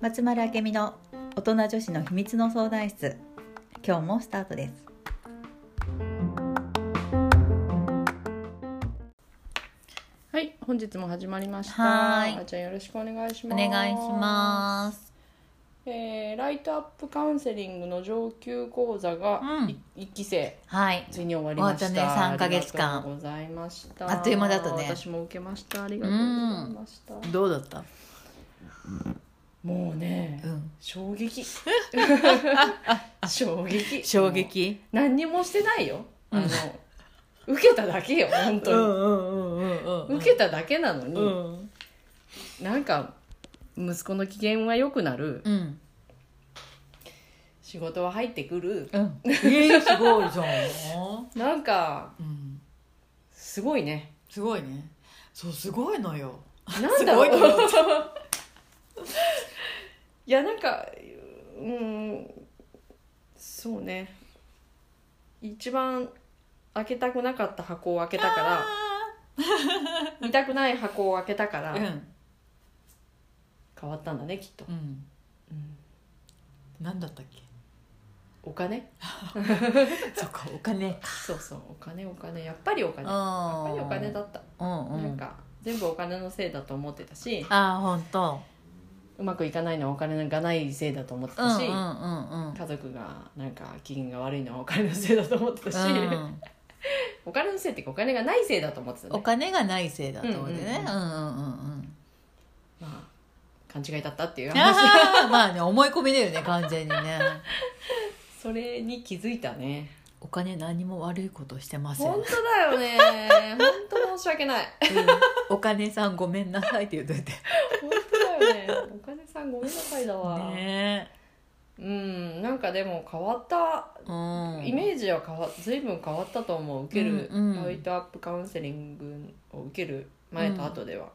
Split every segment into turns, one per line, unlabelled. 松丸明美の大人女子の秘密の相談室今日もスタートです
はい、本日も始まりました。
はーい
あちゃんよろしくお願いし
お
ます。。
願いしますす
えー、ライトアップカウンセリングの上級講座が
うん
い一期生、
はい
ついに終わりました。
終わったね三ヶ月間
ありがとうございました。
あっという間だったね
私も受けました。ありがとうございました。
どうだった
もうね、
うん
衝 撃。衝撃。
衝。撃
何にもしてないよ。あの、受けただけよ、本
うん
当に。
うんうんうんうん
受けただけなのに、
うん
なんか息子の機嫌は良くなる。
うん
仕事は入ってくる
うんえー、すごいじゃん、
なんか
うん、
すごい ね
すごいねそうすごいのよ
なんだろ
すごいと
う いやなんかうんそうね一番開けたくなかった箱を開けた から見たくない箱を開けたから
うん
変わったんだねきっと、
うん
うん
何だったっけ
お金
そっかお金か
そうそうお金お金やっぱりお金やっぱりお金だった、
うんう
なん
ん
か全部お金のせいだと思ってたし
ああ本当
うまくいかないのはお金がないせいだと思って
うんう
た
ん
し、
うんうん
家族がなんか機嫌が悪いのはお金のせいだと思ってたし、
うん、
お金のせいっていうかお金がないせいだと思ってた
お
ね、
金がないせいだと思ってねう
うん
うんうん
まあ、勘違いだったっていう
うん
話
あーまあね思い込みだよね完全にね
それに気づいたね
お金何も悪いことしてません、う
本
ん
当だよね 本当申し訳ない
お金さんごめんなさいって言っと いて
本当だよねお金さんごめんなさいだわ、
ね
うんなんかでも変わった
えうん
イメージは変わ随分変わったと思う受ける、
うんうん
ライトアップカウンセリングを受ける前と後では、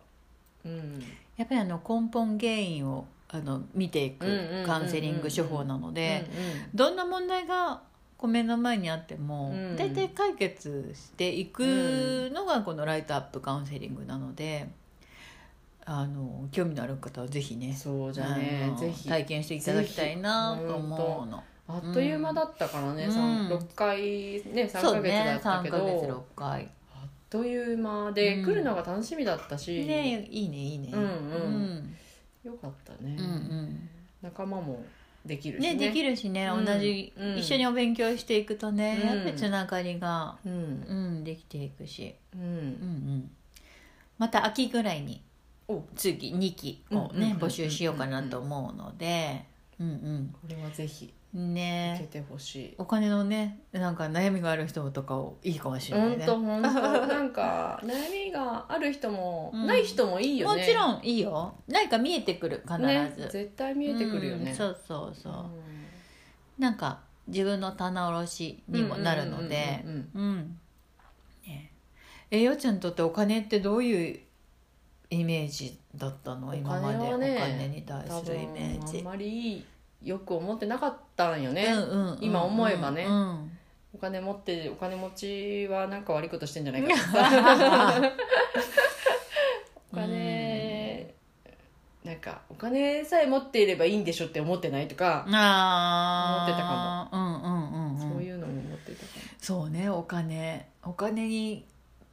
うん
やっぱりあの根本原因をあの見ていくカウンセリング手法なので、どんな問題がこう目の前にあっても、
うん
大体解決していくのがこのライトアップカウンセリングなので、あの興味のある方はぜひね
そうじゃね
あの
ぜひ
体験していただきたいなと思うの
あっという間だったからね、
うん
三6回ね3
そう
ヶ月だ
ね
った
3
け
ヶ
ど、
月6回
あっという間で、
うん
来るのが楽しみだったし、
ねいいねいいね
うん
うん
よかったね、
うんうん
仲間もできるしね
ねできるしね、
うん
同じ、
うん
一緒にお勉強していくとね、
うん
やっぱりつながりが、
う
うんん、できていくし
う
うん
ん
うん、また秋ぐらいに
お
次2期を
うんうんうん
ね
う
募
ん
集しようかなと思うので、うん
これはぜひ
うん、
受け
ね
てほしい
お金のねなんか悩みがある人とかをいいかもしれな
本
いね
当本当なんか悩みがある人も、
うん
ない人もいいよね
もちろんいいよ何か見えてくる必ず、
ね絶対見えてくるよね、
うん
ん、
そうそうそう、なんか自分の棚卸しにもなるので
うんうんうんうん
うんねえよちゃんにとってお金ってどういうイメージだったの今までお
お金は
金
ね
に対
多
する
分
イメージ
あんまりよく思ってなかったんよね、
うんうんうん
今思えばね
うん
お金持ってお金持ちはなんか悪いことしてんじゃないかと かお金なんかお金さえ持っていればいいんでしょって思ってないとか、
ああ思ってたかもうんうんうんうん
そういうのも思ってたかも
そうねお金お金に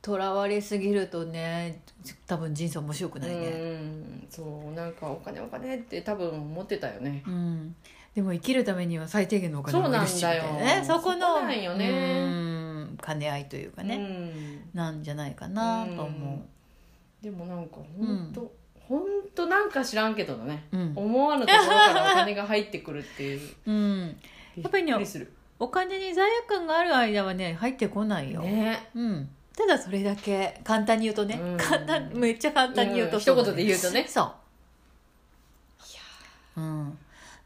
とらわれすぎるとね多分人生面白くないね
うんそうなんかお金お金って多分思ってたよね
うん、でも生きるためには最低限のお金もいるしみ
そう
た
ないんだよ
なねそこの
そこなんよね
うん兼ね合いというかね、
うん
なんじゃないかなと思
でもなんか本当本当なんか知らんけどだね
う。うん、
思わぬところからお金が入ってくるっていう
うん、 やっぱりね
びっくする
お金に罪悪感がある間はね入ってこないよ、
ね
うん、ただそれだけ簡単に言うとね、
うん
簡単めっちゃ簡単に言うと、
うん一言で言うとね
そううん、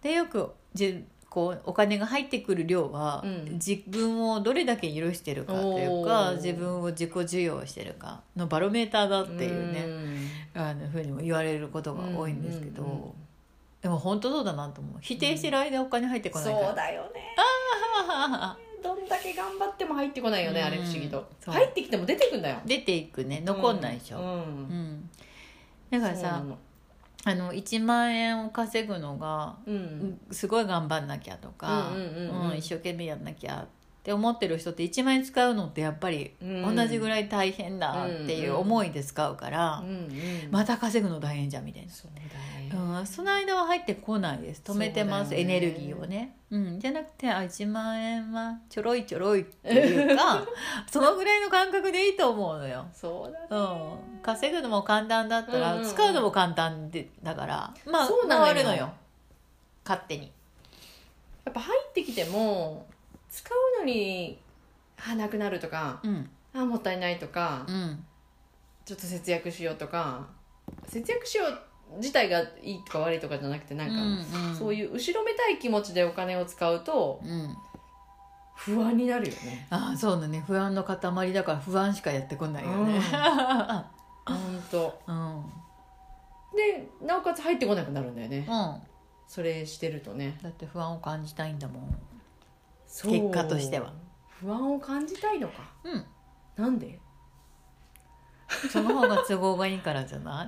でよくじこうお金が入ってくる量は、
うん
自分をどれだけ許してるかというか
おー
自分を自己受容してるかのバロメーターだっていうね、
ん
あのふうにも言われることが多いんですけど、
うんうんうん
でも本当そうだなと思う否定してる間お金入ってこないから、
そうだよね
あはははは
どんんだけ頑張っても入ってこないよね、
うん
あれ不思議と
そう
入ってきても出てくんだよ
出ていくね残んないでしょ、
う
うん
ん
だ
だ
からさあの1万円を稼ぐのが、
うん
すごい頑張んなきゃとか、
うんうんうんうん
一生懸命やんなきゃって思ってる人って1万円使うのってやっぱり
うん
同じぐらい大変だっていう思いで使うから、
うんうん
また稼ぐの大変じゃんみたいな。
そうだね
うん、その間は入ってこないです止めてます、
そうだ
エ
よね
ネルギーをね、うん、じゃなくてあ1万円はちょろいちょろいっていう かそのぐらいの感覚でいいと思うのよ、
そうだね
うん、稼ぐのも簡単だったら、
うんうんうん
使うのも簡単でだからまあ
そうなのよ
回るのよ勝手に
やっぱ入ってきても使うのにあなくなるとか
うん
あもったいないとか
うん
ちょっと節約しようとか節約しよう自体がいいとか悪いとかじゃなくてなんか、
うん
そう
う
いう後ろめたい気持ちでお金を使うと
ん、うん、
不安になるよね
ああそうだね不安の塊だから不安しかやってこないよね、
本当
うん、うん
でなおかつ入ってこなくなるんだよねそれしてるとね
だって不安を感じたいんだもん結果としては
そう不安を感じたいのか
うん
なんで
その方が都合がいいからじゃな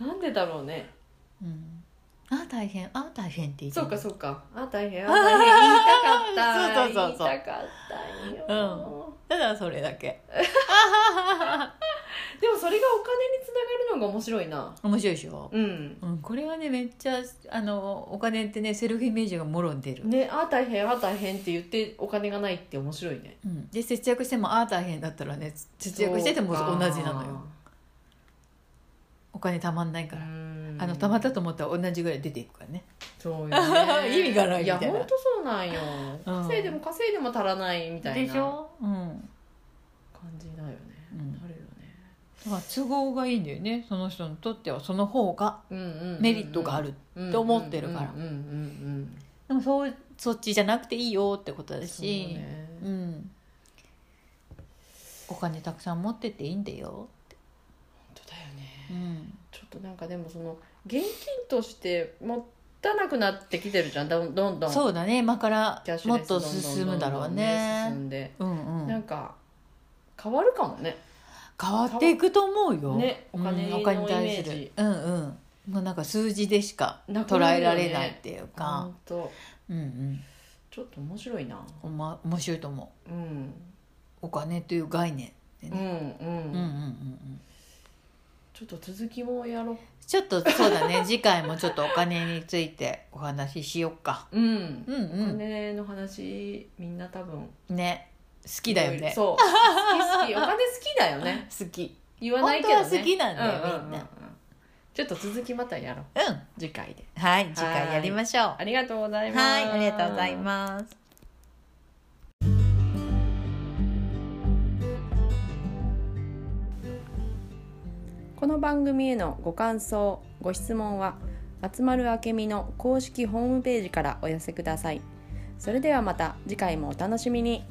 い
なんでだろうね
うんあ大変あ大変って言って
そ
る
うかそうかあ 大変あ大変言いたかった
そうそうそうそう
言いたかったよ、
ただそれだけ
でもそれがお金につながるのが面白いな
面白いでしょ、
うん
うん、これはねめっちゃあのお金ってねセルフイメージがもろに出る、
ねあ大変あ大変って言ってお金がないって面白いね
うん、で節約してもあ大変だったらね節約してても同じなのよお金たまんないから、あのたまった
と
と思ったら同じぐらい出ていくからね
そうよね
意味がないみたいない
や本当そうなんよ稼いでも稼いでも足らないみたい
でし
な感
ょ、うん
じだよね、
うん
なるよね
まあ、都合がいいんだよねその人にとってはその方が
うんうんうん
メリットがある、
る
と思ってるから
うんうんうんうん
でもそうそっちじゃなくていいよってことだ
そう
し
ね
うん、お金たくさん持ってっていいんだよ、
本当だよね
うん、
ちょっとなんかでもその現金として持たなくなってきてるじゃんどんどんどん
そうだね今から
キャッシュ
も
レ
っ
スど
と
んどん
進むだろう
どんどん
ね
進んで
うんう
なん
ん
か変わるかもね
変わっていくと思うよ、
ねお金
うん
の
お金に対
イメ
す
ージ
るうんうんもうなんか数字でしか
なくな
捉え
るよ
ら
ね
れないっていうか、
本当
うんうん
ちょっと面白いな
おま面白いと思
うん
うお金という概念で
うん
ね、
うん、
うん、うんうんうん
ちょっと続きもやろう
ちょっとそうだ ね次回もちょっとお金についてお話ししよっか
うん
うん
お金の話みんな多分好
うんね好きだよね
そう好き好きお金好きだよね
好き
言わないけど、ね、
本当は好きなんだよみんな
ちょっと続きまたやろう
うん
次回で
はい、次回やりましょう。
ありがとうございます
はい、ありがとうございます。
この番組へのご感想ご質問は集まるあけみの公式ホームページからお寄せくださいそれではまた次回もお楽しみに